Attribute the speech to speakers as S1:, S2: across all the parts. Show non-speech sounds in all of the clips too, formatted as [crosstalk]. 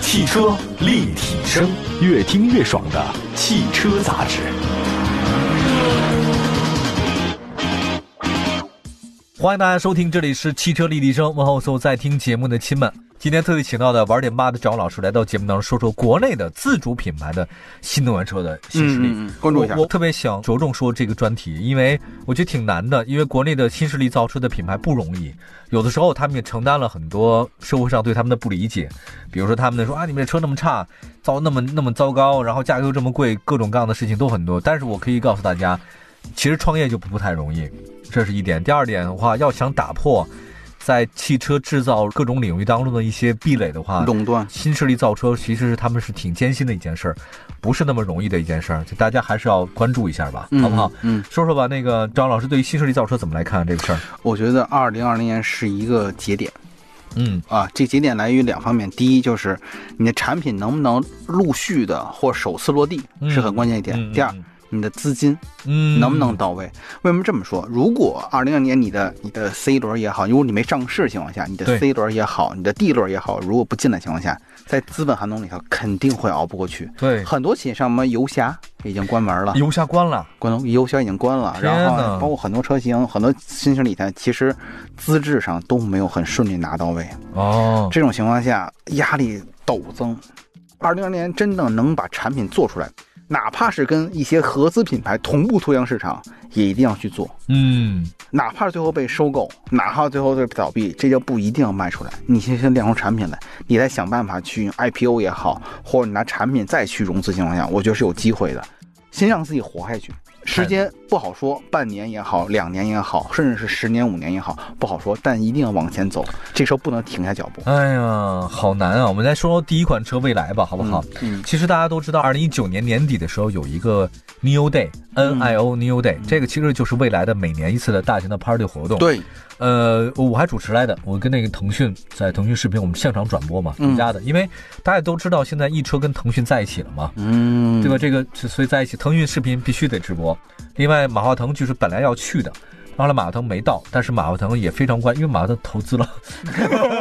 S1: 汽车立体声，越听越爽的汽车杂志。
S2: 欢迎大家收听，这里是汽车立体声，问候所有在听节目的亲们。今天特地请到的玩点吧的张老师来到节目当中，说说国内的自主品牌的新能源车的新势力。
S3: 嗯嗯嗯，关注一下
S2: 我。我特别想着重说这个专题，因为我觉得挺难的，因为国内的新势力造车的品牌不容易，有的时候他们也承担了很多社会上对他们的不理解，比如说他们说啊，你们这车那么差，造那么那么糟糕，然后价格又这么贵，各种各样的事情都很多。但是我可以告诉大家，其实创业就不太容易，这是一点。第二点的话，要想打破在汽车制造各种领域当中的一些壁垒的话，
S3: 垄断，
S2: 新势力造车其实是他们是挺艰辛的一件事儿，不是那么容易的一件事儿，就大家还是要关注一下吧，
S3: 嗯
S2: 好不好？？
S3: 嗯，
S2: 说说吧，那个张老师对于新势力造车怎么来看这个事儿？
S3: 我觉得二零二零年是一个节点
S2: 嗯
S3: 啊，这节点来源于两方面，第一就是你的产品能不能陆续的或首次落地
S2: 嗯
S3: 是很关键一点，
S2: 嗯，
S3: 第二。你的资金
S2: 嗯，
S3: 能不能到位？为什么这么说？如果二零二年你的你的 C 轮也好，如果你没上市的情况下，你
S2: 对
S3: 的 C 轮也好，你的 D 轮也好，如果不进来的情况下，在资本寒冬里头肯定会熬不过去。
S2: 对
S3: 很多企业，像什么游侠已经关门了，
S2: 油下关了？
S3: 关东油箱已经关了，
S2: 天
S3: 然后
S2: 呐
S3: 包括很多车型、很多新型里头，其实资质上都没有很顺利拿到位。
S2: 哦，
S3: 这种情况下，压力陡增。二零二年真的能把产品做出来，哪怕是跟一些合资品牌同步推向市场，也一定要去做。
S2: 嗯，
S3: 哪怕最后被收购，哪怕最后被倒闭，这就不一定要卖出来。你先先亮出产品来，你再想办法去 IPO 也好，或者你拿产品再去融资情况下，我觉得是有机会的。先让自己活下去，时间不好说，半年也好，两年也好，甚至是十年、五年也好，不好说，但一定要往前走。这时候不能停下脚步。
S2: 哎呀，好难啊！我们来说说第一款车蔚来吧，好不好？
S3: 嗯，
S2: 其实大家都知道，二零一九年年底的时候有一个 Neo Day，N I O Neo Day，、这个其实就是蔚来的每年一次的大型的 party 活动。
S3: 对，
S2: 呃，我还主持来的，我跟那个腾讯在腾讯视频我们现场转播嘛，独家的，因为大家也都知道现在易车跟腾讯在一起了嘛，
S3: 嗯，
S2: 对吧？？这个所以在一起，腾讯视频必须得直播。另外，马化腾就是本来要去的。后来马化腾没到，但是马化腾也非常乖，因为马化腾投资了，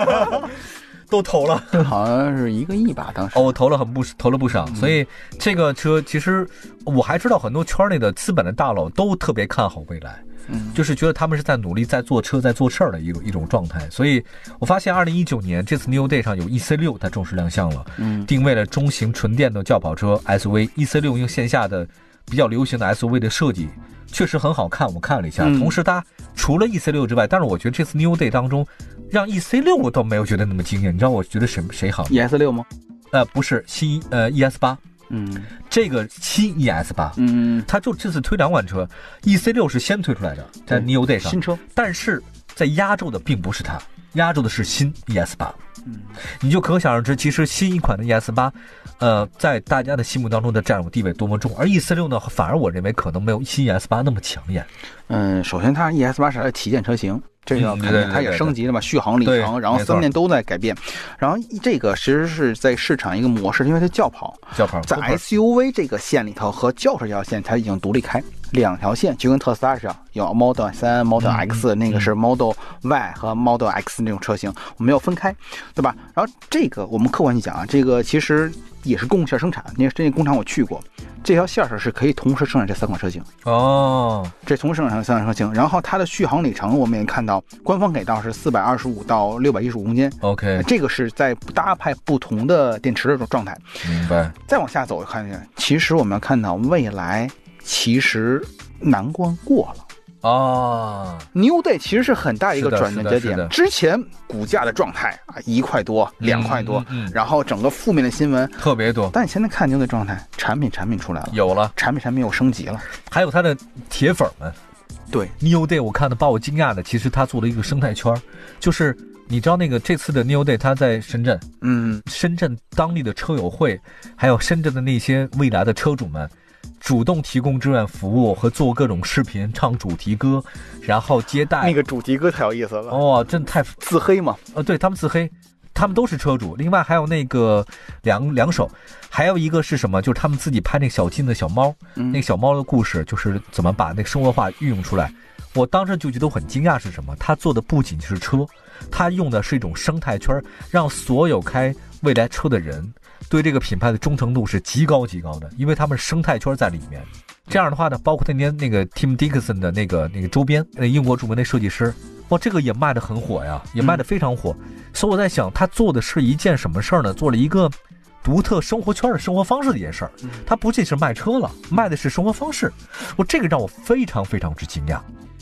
S2: [laughs] 都投了，
S3: 好像是一个亿吧，当时。
S2: 哦，我投了很不投了不
S3: 嗯
S2: 少，所以这个车其实我还知道很多圈内的资本的大佬都特别看好未来，
S3: 嗯
S2: 就是觉得他们是在努力在做车在做事儿的一种一种状态。所以我发现，二零一九年这次 New Day 上有 EC 六它正式亮相了，
S3: 嗯
S2: 定位了中型纯电动轿跑车 SUV，EC 六用线下的比较流行的 SUV 的设计。确实很好看，我看了一下。
S3: 嗯
S2: 同时，它除了 EC 六之外，但是我觉得这次 New Day 当中，让 EC 六我倒没有觉得那么惊艳。你知道我觉得谁谁好吗？
S3: ，ES E 六吗？
S2: 呃，不是新呃 ES 八，
S3: 嗯
S2: 这个新 ES 八，
S3: 嗯，
S2: 它就这次推两款车，EC 六是先推出来的，在
S3: 对
S2: Neo Day 上
S3: 嗯新，车。
S2: 但是在压轴的并不是它，压轴的是新 ES 八。
S3: 嗯，
S2: 你就可想而知，其实新一款的 ES 八，呃，在大家的心目当中的占有地位多么重，而 EC 六呢，反而我认为可能没有新 ES 八那么抢眼。
S3: 嗯，首先它 ES 八是它的旗舰车型，这个要
S2: 嗯
S3: 看
S2: 对
S3: 见
S2: 对
S3: 它
S2: 对
S3: 也
S2: 对
S3: 升级了嘛，续航里
S2: 对
S3: 程，然后
S2: 没错
S3: 三面都在改变，然后这个其实是在市场一个模式，因为它轿跑
S2: 轿跑
S3: 在 SUV 这个线里头和轿车这条线它已经独立开两条线，就跟特斯拉似的，有 Model 三、Model
S2: 嗯
S3: X，、那个是 Model Y 和 Model X 那种车型，我们要分开，对吧？然后这个我们客观去讲啊，这个其实也是供应链生产，因为这个工厂我去过，这条线儿上是可以同时生产这三款车型。
S2: 哦，
S3: 这从市场上三款车型，然后它的续航里程我们也看到，官方给到是四百二十五到六百一十五公斤，
S2: OK，
S3: 这个是在搭配不同的电池的这种状态。
S2: 明白。
S3: 再往下走看看，其实我们要看到未来其实难关过了。
S2: 哦，
S3: New Day 其实是很大一个
S2: 是的
S3: 转折
S2: 是的
S3: 节
S2: 是的
S3: 点，之前股价的状态啊一块多、两块多，
S2: 嗯嗯嗯
S3: 然后整个负面的新闻，
S2: 特别多，
S3: 但你现在看 New Day 状态，产品产品出来了，
S2: 有了，
S3: 产品产品又升级了，
S2: 还有它的铁粉们。
S3: 对，
S2: Neo Day 我看的把我惊讶的，其实他做了一个生态圈儿，就是你知道那个这次的 Neo Day 他在深圳，
S3: 嗯，
S2: 深圳当地的车友会，还有深圳的那些未来的车主们。主动提供志愿服务和做各种视频、唱主题歌，然后接待。
S3: 那个主题歌太有意思了，
S2: 哎哦，真太
S3: 自黑嘛，
S2: 呃，对他们自黑，他们都是车主。另外还有那个两两手，还有一个是什么？就是他们自己拍那个小金的小猫，
S3: 嗯
S2: 那个小猫的故事，就是怎么把那个生活化运用出来。我当时就觉得我很惊讶，是什么？他做的不仅是车，他用的是一种生态圈儿，让所有开未来车的人对这个品牌的忠诚度是极高极高的，因为他们生态圈在里面。这样的话呢，包括那天那个 Tim Dickinson 的那个那个周边，那英国著名的设计师，哇，这个也卖得很火呀，也卖得非常火。所以我在想，他做的是一件什么事儿呢？做了一个独特生活圈的生活方式的一件事儿
S3: 嗯。
S2: 他不仅是卖车了，卖的是生活方式。我这个让我非常非常之惊讶。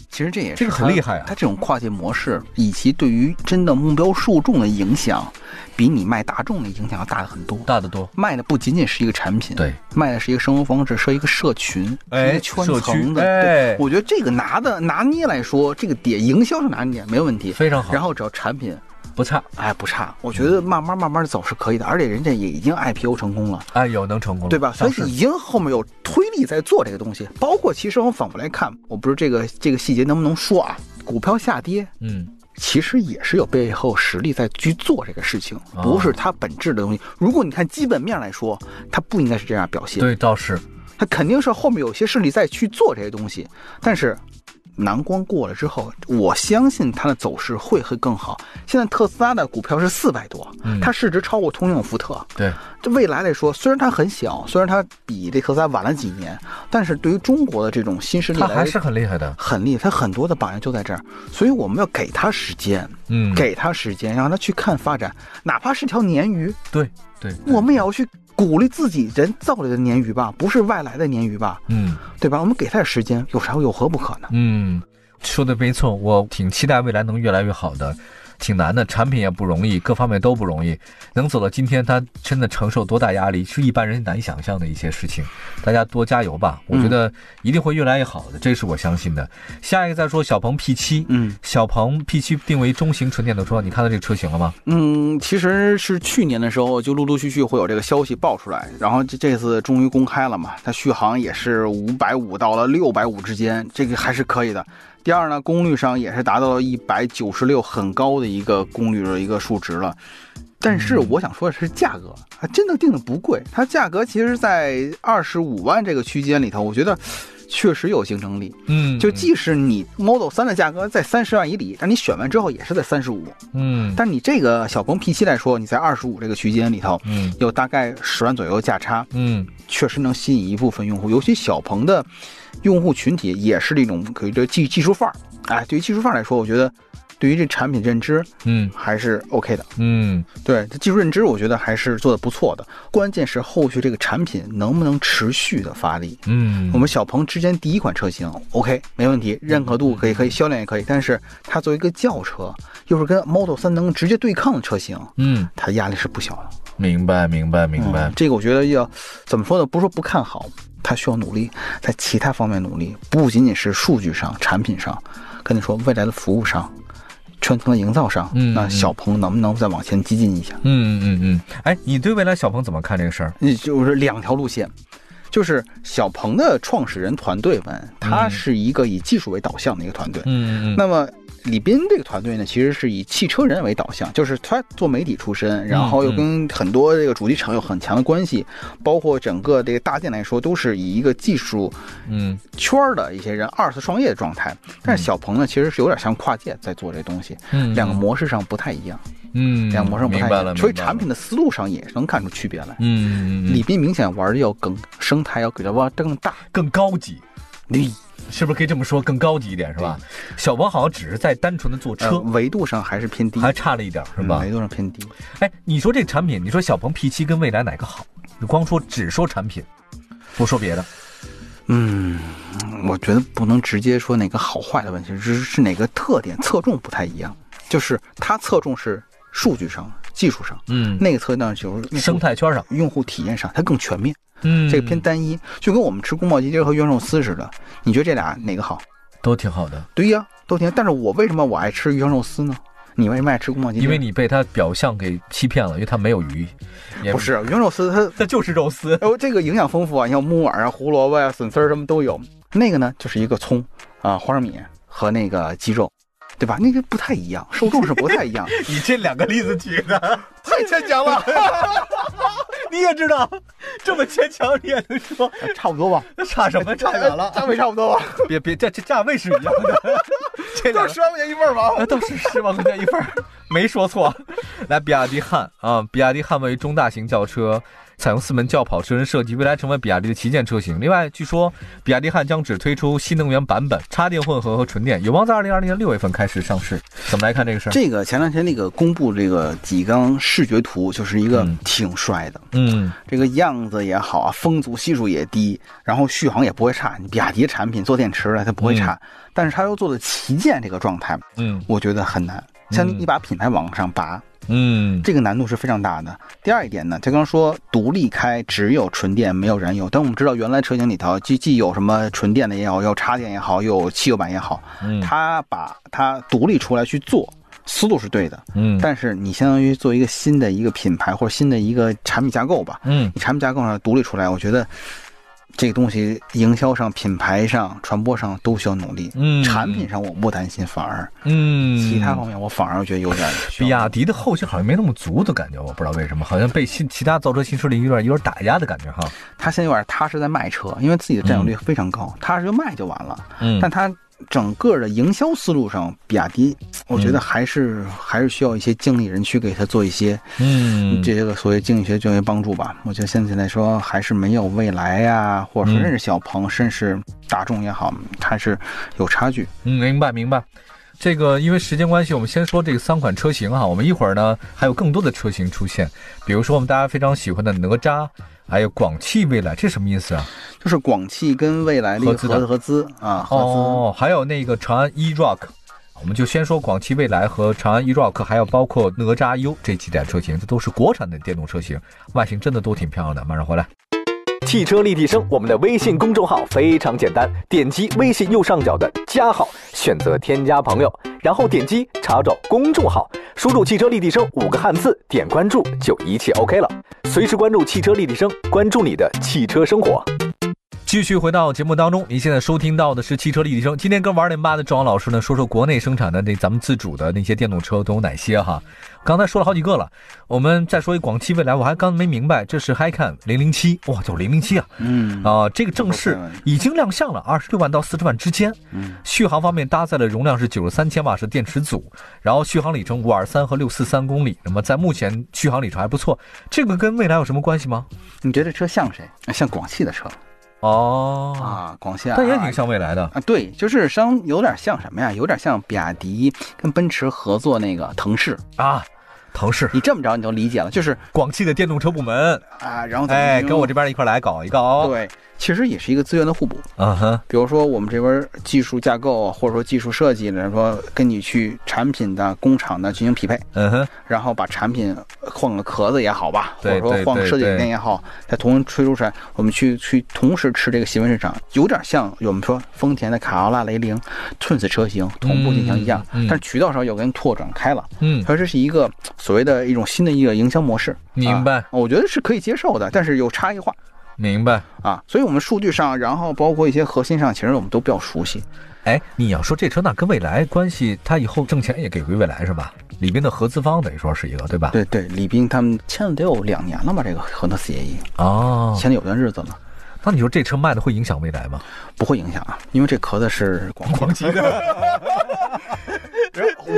S3: 其实这也是
S2: 这个很
S3: 它
S2: 厉害啊
S3: 它这种跨界模式以及对于真的目标受众的影响，比你卖大众的影响要大得很多。
S2: 大得多。
S3: 卖的不仅仅是一个产品，
S2: 对，
S3: 卖的是一个生活方式，是一个社群，
S2: 哎
S3: 是一个圈层的。
S2: 社区哎
S3: 对，我觉得这个拿的拿捏来说，这个点营销上拿捏没问题，
S2: 非常好
S3: 然后只要产品，
S2: 不差。
S3: 哎，不差，我觉得慢慢慢慢走是可以的，而且人家也已经 IPO 成功了。
S2: 哎呦，能成功了
S3: 对吧？
S2: 上
S3: 所以
S2: 市
S3: 已经后面有推力在做这个东西，包括其实我反过来看，我不知道这个这个细节能不能说啊？股票下跌
S2: 嗯，
S3: 其实也是有背后实力在去做这个事情，
S2: 哦
S3: 不是它本质的东西。如果你看基本面来说，它不应该是这样表现，
S2: 对，倒是
S3: 它肯定是后面有些势力在去做这些东西。但是蓝光过了之后，我相信它的走势会会更好。现在特斯拉的股票是四百多
S2: 嗯，
S3: 它市值超过通用、福特。
S2: 对，
S3: 这未来来说，虽然它很小，虽然它比这特斯拉晚了几年，但是对于中国的这种新势力
S2: 他还
S3: 来
S2: 是
S3: 说，
S2: 很厉害的。
S3: 很厉害，它很多的榜样就在这儿，所以我们要给它时间，
S2: 嗯，
S3: 给它时间，让它去看发展，哪怕是条鲶鱼，
S2: 对对，
S3: 我们也要去鼓励自己人造来的鲶鱼吧，不是外来的鲶鱼吧，
S2: 嗯。
S3: 对吧？我们给它点时间，有啥有何不可呢？
S2: 嗯，说的没错，我挺期待未来能越来越好的，挺难的，产品也不容易，各方面都不容易。能走到今天，他真的承受多大压力，是一般人难以想象的一些事情。大家多加油吧，我觉得一定会越来越好的，这是我相信的。下一个再说小鹏 P 7
S3: 嗯
S2: 小鹏 P 7定为中型纯电动车，你看到这个车型了吗？
S3: 嗯，其实是去年的时候就陆陆续续会有这个消息爆出来，然后这这次终于公开了嘛，它续航也是五百五到了六百五之间，这个还是可以的。第二呢，功率上也是达到了一百九十六，很高的一个功率的一个数值了。但是我想说的是，价格还真的定的不贵，它价格其实在二十五万这个区间里头，我觉得确实有竞争力。
S2: 嗯，
S3: 就即使你 Model 3的价格在三十万以里，但你选完之后也是在三十五，
S2: 嗯
S3: 但你这个小鹏 P 7来说，你在二十五这个区间里头，
S2: 嗯
S3: 有大概十万左右的价差，
S2: 嗯
S3: 确实能吸引一部分用户，尤其小鹏的用户群体也是这种可以说技技术范儿。哎，对于技术范儿来说，我觉得对于这产品认知
S2: 嗯
S3: 还是 OK 的。
S2: 嗯，
S3: 对，这技术认知我觉得还是做的不错的。关键是后续这个产品能不能持续的发力。
S2: 嗯，
S3: 我们小鹏之前第一款车型，OK，没问题，认可度可以，可以销量也可以，但是它作为一个轿车，又是跟 Model 3能直接对抗的车型，
S2: 嗯，
S3: 它压力是不小的。
S2: 明白明白明白
S3: 嗯，这个我觉得要怎么说呢？不是说不看好，它需要努力，在其他方面努力，不仅仅是数据上、产品上，跟你说未来的服务上、圈层的营造上，
S2: 嗯
S3: 那
S2: 嗯
S3: 小鹏能不能再往前激进一下？
S2: 嗯嗯嗯，哎，你对未来小鹏怎么看这个事儿？
S3: 你就是两条路线，就是小鹏的创始人团队们，它
S2: 嗯
S3: 是一个以技术为导向的一个团队。
S2: 嗯嗯嗯，
S3: 那么李斌这个团队呢，其实是以汽车人为导向，就是他做媒体出身，然后又跟很多这个主机厂有很强的关系，包括整个这个大件来说，都是以一个技术
S2: 嗯
S3: 圈儿的一些人二次创业的状态。但是小鹏呢，其实是有点像跨界在做这东西，
S2: 嗯，
S3: 两个模式上不太一样，
S2: 嗯，
S3: 两个模式上不
S2: 明
S3: 太一
S2: 白了，
S3: 样，所以
S2: 明白
S3: 产
S2: 了
S3: 品的思路上也能看出区别来。
S2: 嗯嗯嗯
S3: 李斌明显玩的要更生态，要给它挖更大。
S2: 更高级，
S3: 你
S2: 是不是可以这么说？更高级一点是吧？小鹏好像只是在单纯的做车，
S3: 呃维度上还是偏低，
S2: 还差了一点是
S3: 嗯
S2: 吧
S3: 维？度上偏低。
S2: 哎，你说这产品，你说小鹏 P 7跟蔚来哪个好？你光说只说产品，不说别的。
S3: 嗯，我觉得不能直接说哪个好坏的问题，是是哪个特点侧重不太一样。就是它侧重是数据上、技术上，
S2: 嗯，
S3: 那个侧重就是用户
S2: 生态圈上，
S3: 用户体验上，它更全面。
S2: 嗯，
S3: 这个偏单一，就跟我们吃宫保鸡丁和鱼香肉丝似的。你觉得这俩哪个好？
S2: 都挺好的，
S3: 对呀、都挺。但是我为什么我爱吃鱼香肉丝呢？你为什么爱吃宫保鸡丁？
S2: 因为你被它表象给欺骗了，因为它没有鱼，也
S3: 不，是鱼香肉丝，它
S2: 它就是肉丝。 [laughs]
S3: 哎呦，这个营养丰富啊！你像木耳啊、胡萝卜啊、笋丝儿什么都有。那个呢，就是一个葱啊、花生米和那个鸡肉。对吧？那个不太一样，受众是不太一 [laughs] 样。
S2: 你这两个例子举的 [laughs]
S3: 太牵强 [laughs] 了，
S2: 你也知道，这么牵强你也能说，
S3: 差不多 [laughs] 吧？
S2: [laughs] 差什么差远了？
S3: 价位差不多吧？
S2: [laughs] 别别，这这价位是一样 [laughs] 的，这两
S3: 都
S2: 个
S3: 是十万块钱一份儿吧？
S2: 啊，都是十万块钱一份儿，没说错。来，比亚迪汉啊，比亚迪汉为中大型轿车，采用四门轿跑车身设计，未来成为比亚迪的旗舰车型。另外，据说比亚迪汉将只推出新能源版本，插电混合和纯电，有望在二零二零年六月份开始上市。怎么来看这个事儿？
S3: [laughs] 这个前两天那个公布这个几张视觉图，就是一个
S2: 嗯
S3: 挺帅的，
S2: 嗯，
S3: 这个样子也好啊，风阻系数也低，然后续航也不会差。你比亚迪产品做电池的它不会差，但是它又做的旗舰这个状态，
S2: 嗯
S3: 我觉得很难。像
S2: 嗯
S3: 你把品牌往上拔，
S2: 嗯
S3: 这个难度是非常大的。第二一点呢，就刚说独立开只有纯电没有燃油，但我们知道原来车型里头既既有什么纯电的也好，有插电也好，又有汽油版也好，
S2: 嗯
S3: 它把它独立出来去做，思路是对的，
S2: 嗯
S3: 但是你相当于做一个新的一个品牌或者新的一个产品架构吧，
S2: 嗯
S3: 你产品架构上独立出来，我觉得这个东西营销上、品牌上、传播上都需要努力。
S2: 嗯，
S3: 产品上我不担心，反而
S2: 嗯，
S3: 其他方面我反而觉得有点需
S2: [laughs] 比
S3: 要
S2: 亚迪的后劲好像没那么足的感觉，我不知道为什么，好像被新其他造车新势力有点有点打压的感觉哈。
S3: 他现在有点踏实在卖车，因为自己的占有率非常高，踏实就卖就完了。
S2: 嗯
S3: 但他整个的营销思路上，比亚迪，
S2: 嗯
S3: 我觉得还是、还是需要一些经理人去给他做一些
S2: 嗯
S3: 这个所谓经济学就业帮助吧。我觉得现在来说还是没有未来呀、或者说
S2: 嗯
S3: 认识小鹏，甚至大众也好，还是有差距。
S2: 嗯，明白明白。这个因为时间关系，我们先说这个三款车型哈。我们一会儿呢还有更多的车型出现，比如说我们大家非常喜欢的哪吒，还有广汽蔚来，这什么意思啊？
S3: 就是广汽跟蔚来的一
S2: 合
S3: 个
S2: 资
S3: 合
S2: 的
S3: 合资啊，合资。
S2: 哦，还有那个长安 e rock，我们就先说广汽蔚来和长安 e rock，还有包括哪吒 U 这几台 E 车型，这都是国产的电动车型，外形真的都挺漂亮的。马上回来。
S1: 汽车立体声，我们的微信公众号非常简单，点击微信右上角的加号，选择添加朋友，然后点击查找公众号，输入“汽车立体声”五个汉字，点关注就一切 OK 了。随时关注汽车立体声，关注你的汽车生活。
S2: 继续回到节目当中，您现在收听到的是汽车立体声。今天跟玩零八的周昂老师呢，说说国内生产的那咱们自主的那些电动车都有哪些哈。刚才说了好几个了，我们再说一广汽蔚来，我还刚没明白，这是 Hycan 零零七，哇，就是零零七啊
S3: 嗯
S2: 啊、这个正式已经亮相了，二十六万到四十万之间。
S3: 嗯，
S2: 续航方面搭载了容量是九十三千瓦时电池组，然后续航里程五二三和六四三公里。那么在目前续航里程还不错，这个跟蔚来有什么关系吗？
S3: 你觉得这车像谁？像广汽的车
S2: 哦，
S3: 啊，广汽啊，
S2: 但也挺像蔚来的。
S3: 啊，对，就是像有点像什么呀？有点像比亚迪跟奔驰合作那个腾势。
S2: 啊，腾势，
S3: 你这么着你就理解了，就是
S2: 广汽的电动车部门，
S3: 啊，然后怎么
S2: 哎，
S3: 应
S2: 跟我这边一块来搞一个哦。
S3: 对，其实也是一个资源的互补。
S2: 嗯哼，
S3: 比如说我们这边技术架构啊，或者说技术设计来说，跟你去产品的工厂的进行匹配，
S2: 嗯哼，
S3: 然后把产品换个壳子也好吧，或
S2: 对
S3: 者说换
S2: 对
S3: 个设计
S2: 对
S3: 理念也好，再同时推出出来，我们去去同时吃这个细分市场，有点像我们说丰田的卡罗拉、雷凌、Twins 车型同步进行一样，
S2: 嗯嗯
S3: 但是渠道上有跟拓展开了，
S2: 嗯，
S3: 它这是一个所谓的一种新的一个营销模式，
S2: 明白
S3: 啊我觉得是可以接受的，但是有差异化。
S2: 明白。
S3: 啊，所以我们数据上，然后包括一些核心上，其实我们都比较熟悉。
S2: 哎，你要说这车那跟蔚来关系，它以后挣钱也给归蔚来是吧？里边的合资方等于说是一个，对吧？。
S3: 对对，李斌他们签了得有两年了吧？这个合同协议
S2: 哦，
S3: 签的有段日子了，
S2: 那你说这车卖的会影响蔚来吗？
S3: 不会影响啊，因为这壳子是广广
S2: 汽的，
S3: [laughs]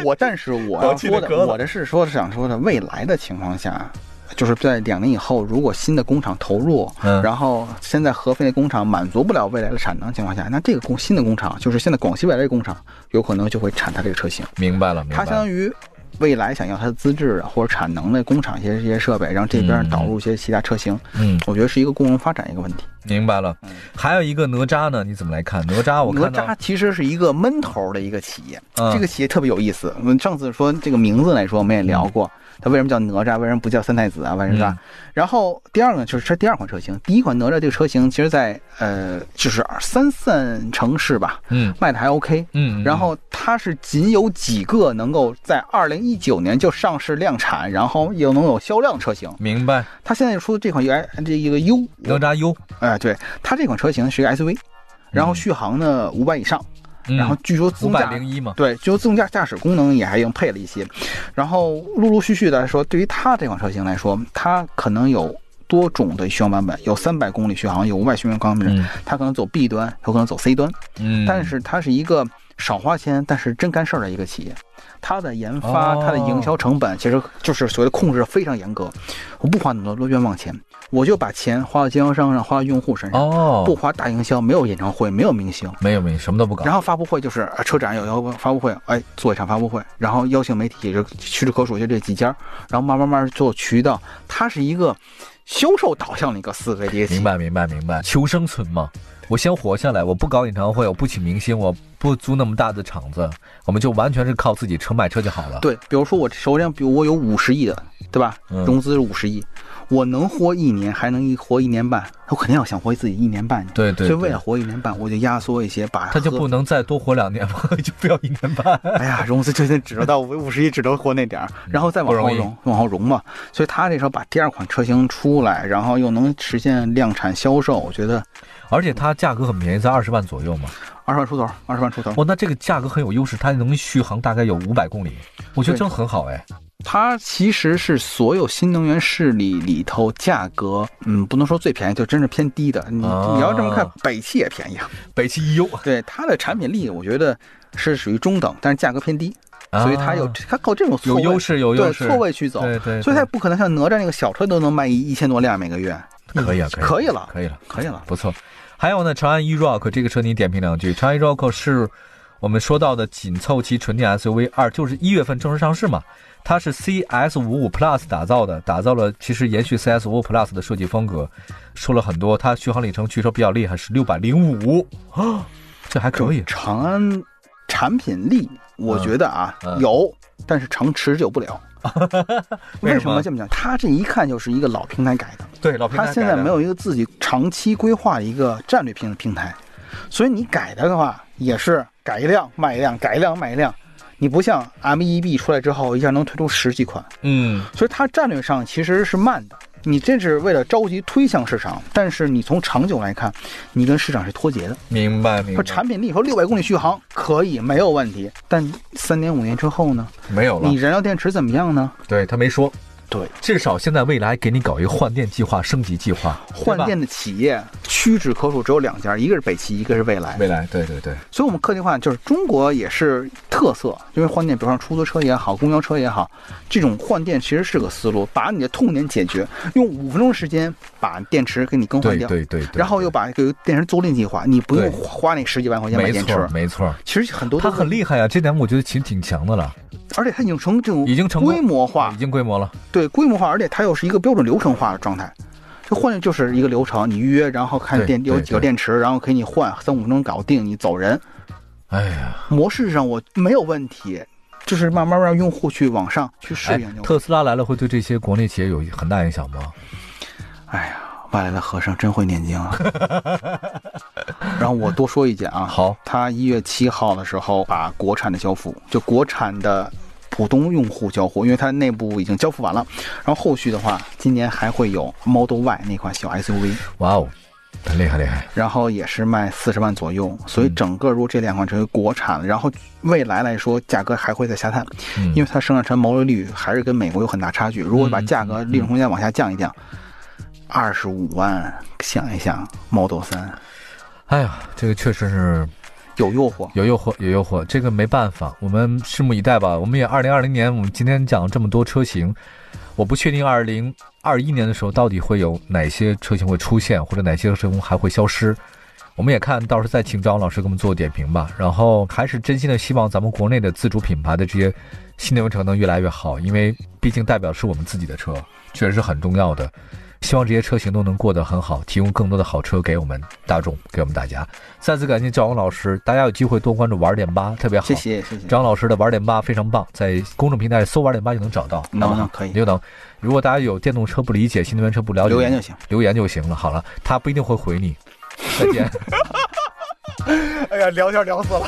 S3: 我但是我
S2: 广
S3: 要
S2: 汽的
S3: 说
S2: 壳
S3: 的，
S2: 子
S3: 我这是说想说的，未来的情况下，就是在两年以后，如果新的工厂投入，
S2: 嗯
S3: 然后现在合肥的工厂满足不了未来的产能情况下，那这个工新的工厂，就是现在广西未来的工厂，有可能就会产它这个车型。
S2: 明白了，明白
S3: 它相当
S2: 了。
S3: 于未来想要它的资质啊或者产能的工厂一些这些设备，然后这边
S2: 嗯
S3: 导入一些其他车型，
S2: 嗯，
S3: 我觉得是一个共同发展一个问题。
S2: 明白了。还有一个哪吒呢，你怎么来看？哪吒我
S3: 哪
S2: 看到
S3: 吒其实是一个闷头的一个企业，
S2: 嗯
S3: 这个企业特别有意思。我们上次说这个名字来说，我们也聊过，它为什么叫哪吒，为什么不叫三太子啊，为什么？
S2: 嗯
S3: 然后第二个就是这第二款车型，第一款哪吒这个车型，其实在呃就是三线城市吧，
S2: 嗯
S3: 卖的还 OK。
S2: 嗯，嗯
S3: 然后它是仅有几个能够在二零一九年就上市量产，然后又能有销量的车型。
S2: 明白
S3: 它现在出的这款 U 这一个 U，呃
S2: 哪吒 U，
S3: 哎、对，它这款车型是一个 SUV，然后续航呢五百以上，
S2: 嗯
S3: 然后据说自
S2: 五
S3: 动
S2: 百
S3: 驾
S2: 零一嘛，
S3: 对，就自动驾驾驶功能也还硬配了一些，然后陆陆续续的来说，对于它这款车型来说，它可能有多种的续航版本，有三百公里续航，有五百续航版本，
S2: 嗯
S3: 它可能走 B 端，有可能走 C 端，
S2: 嗯，
S3: 但是它是一个少花钱但是真干事儿的一个企业，它的研发、
S2: 哦
S3: 它的营销成本其实就是所谓的控制非常严格，我不花那么多冤枉钱，我就把钱花到经销商上，花到用户身上，
S2: 哦，
S3: 不花大营销，没有演唱会，没有明星。
S2: 没有没有什么都不搞，
S3: 然后发布会就是呃车展有邀发布会，哎，做一场发布会，然后邀请媒体也就屈指可数就这几家，然后慢慢慢慢做渠道，它是一个销售导向的一个思
S2: [laughs]
S3: 维的一个企业
S2: 明白明白明白，求生存嘛。我先活下来，我不搞演唱会，我不请明星，我不租那么大的场子，我们就完全是靠自己车卖车就好了。
S3: 对，比如说我手里，比如我有五十亿的，对吧？
S2: 嗯
S3: 融资是五十亿，我能活一年，还能一活一年半，我肯定要想活自己一年半。
S2: 对对
S3: 所以为
S2: 对
S3: 了，活一年半，我就压缩一些，把
S2: 他就
S3: 合
S2: 不能再多活两年
S3: [laughs]
S2: 吗？就不要一年半。
S3: 哎呀，融资就得只能到五五十亿，只能活那点儿，然后再往
S2: 嗯
S3: 后
S2: 不容易
S3: 融，往后融嘛。所以他这时候把第二款车型出来，然后又能实现量产销售，我觉得
S2: 而且它价格很便宜，在二十万左右嘛。
S3: 二十万出头，二十万出头。
S2: 哦，那这个价格很有优势，它能续航大概有五百公里，我觉得
S3: 对
S2: 真很好哎。
S3: 它其实是所有新能源势力里头价格，嗯，不能说最便宜，就真是偏低的。你、
S2: 啊
S3: 你要这么看，北汽也便宜啊。
S2: 北汽 EU，
S3: 对它的产品力，我觉得是属于中等，但是价格偏低，所以它有
S2: 啊
S3: 它靠这种错
S2: 有
S3: 位
S2: 优势，有
S3: 对
S2: 优势，
S3: 错位去走，
S2: 对对，
S3: 所以它也
S2: 对
S3: 不可能像哪吒那个小车都能卖一一千多辆每个月，
S2: 可以啊，可以，
S3: 可以了，
S2: 可以了，
S3: 可以了。
S2: 不错。还有呢，长安 E-Rock 这个车你点评两句。长安 E-Rock 是我们说到的紧凑级纯电 SUV 二，就是一月份正式上市嘛。它是 CS 五五 Plus 打造的，打造了其实延续 CS 五五 Plus 的设计风格，说了很多。它续航里程据说比较厉害，是六百零五啊，这还可以。
S3: 长安产品力，我觉得啊、
S2: 嗯嗯
S3: 有，但是长持久不了。
S2: 为什么
S3: 为什么这么讲？它这一看就是一个老平台改的。
S2: 对，老平台
S3: 它现
S2: 改
S3: 在
S2: 的
S3: 没有一个自己长期规划一个战略平平台，所以你改它的话也是改一辆卖一辆，改一辆卖一辆。你不像 M1B 出来之后一下能推出十几款，
S2: 嗯，
S3: 所以它战略上其实是慢的。你这是为了着急推向市场，但是你从长久来看，你跟市场是脱节的。
S2: 明白明白。
S3: 说产品力说六百公里续航可以没有问题，但三年五年之后呢？
S2: 没有了
S3: 你，燃料电池怎么样呢？
S2: 对他没说。
S3: 对，
S2: 至少现在未来给你搞一个换电计划、升级计划，
S3: 换
S2: 对吧
S3: 电的企业屈指可数，只有两家，一个是北汽，一个是蔚来。
S2: 未来，对对对，
S3: 所以，我们客气化就是中国也是特色，因为换电，比如说出租车也好，公交车也好，这种换电其实是个思路，把你的痛点解决，用五分钟时间把电池给你更换
S2: 对
S3: 掉，
S2: 对对对。
S3: 然后又把这个电池租赁计划，你不用
S2: 对
S3: 花那十几万块钱买
S2: 没
S3: 电
S2: 错
S3: 池，
S2: 没错，
S3: 其实很多
S2: 他
S3: 都
S2: 很厉害啊，这点我觉得其实挺强的了，
S3: 而且它已经成这种
S2: 已经成功
S3: 规模化
S2: 已，经规模了。
S3: 对规模化，而且它又是一个标准流程化的状态。这换电就是一个流程，你预约，然后看
S2: 对
S3: 电有
S2: 对
S3: 几个
S2: 对
S3: 电池，然后给你换，三五分钟搞定，你走人。
S2: 哎呀，
S3: 模式上我没有问题，就是慢慢让用户去往上去适
S2: 哎
S3: 应就。
S2: 特斯拉来了会对这些国内企业有很大影响吗？
S3: 哎呀，外来的和尚真会念经 [laughs] 啊！然后我多说一件啊，
S2: 好，
S3: 他一月七号的时候把国产的交付，就国产的普通用户交付，因为它内部已经交付完了。然后后续的话，今年还会有 Model Y 那款小 SUV，
S2: 哇哦，很厉害厉害，
S3: 然后也是卖四十万左右。
S2: 嗯
S3: 所以整个如果这两款车国产，然后未来来说价格还会再下探，
S2: 嗯
S3: 因为它生产车毛利率还是跟美国有很大差距。如果把价
S2: 嗯
S3: 格利润空间往下降一降。二十五万，想一想，Model 三
S2: 哎呀，这个确实是
S3: 有诱惑，
S2: 有诱惑，有诱惑，这个没办法，我们拭目以待吧。我们也二零二零年，我们今天讲这么多车型，我不确定二零二一年的时候到底会有哪些车型会出现，或者哪些车型还会消失。我们也看到时候再请张老师给我们做点评吧。然后还是真心的希望咱们国内的自主品牌的这些新能源车能越来越好，因为毕竟代表是我们自己的车，确实是很重要的。希望这些车型都能过得很好，提供更多的好车给我们大众，给我们大家。再次感谢赵王老师，大家有机会多关注玩点吧，特别好。
S3: 谢谢谢谢。
S2: 张老师的玩点吧非常棒，在公众平台搜“玩点吧”就能找到，好
S3: 能
S2: 不好
S3: 能嗯可以
S2: 你就能。如果大家有电动车不理解、新能源车不了解，
S3: 留言就行。
S2: 留言就行了。好了，
S3: [laughs]
S2: 他不一定会回你。再见。 [laughs]
S3: 哎呀，聊天聊死了。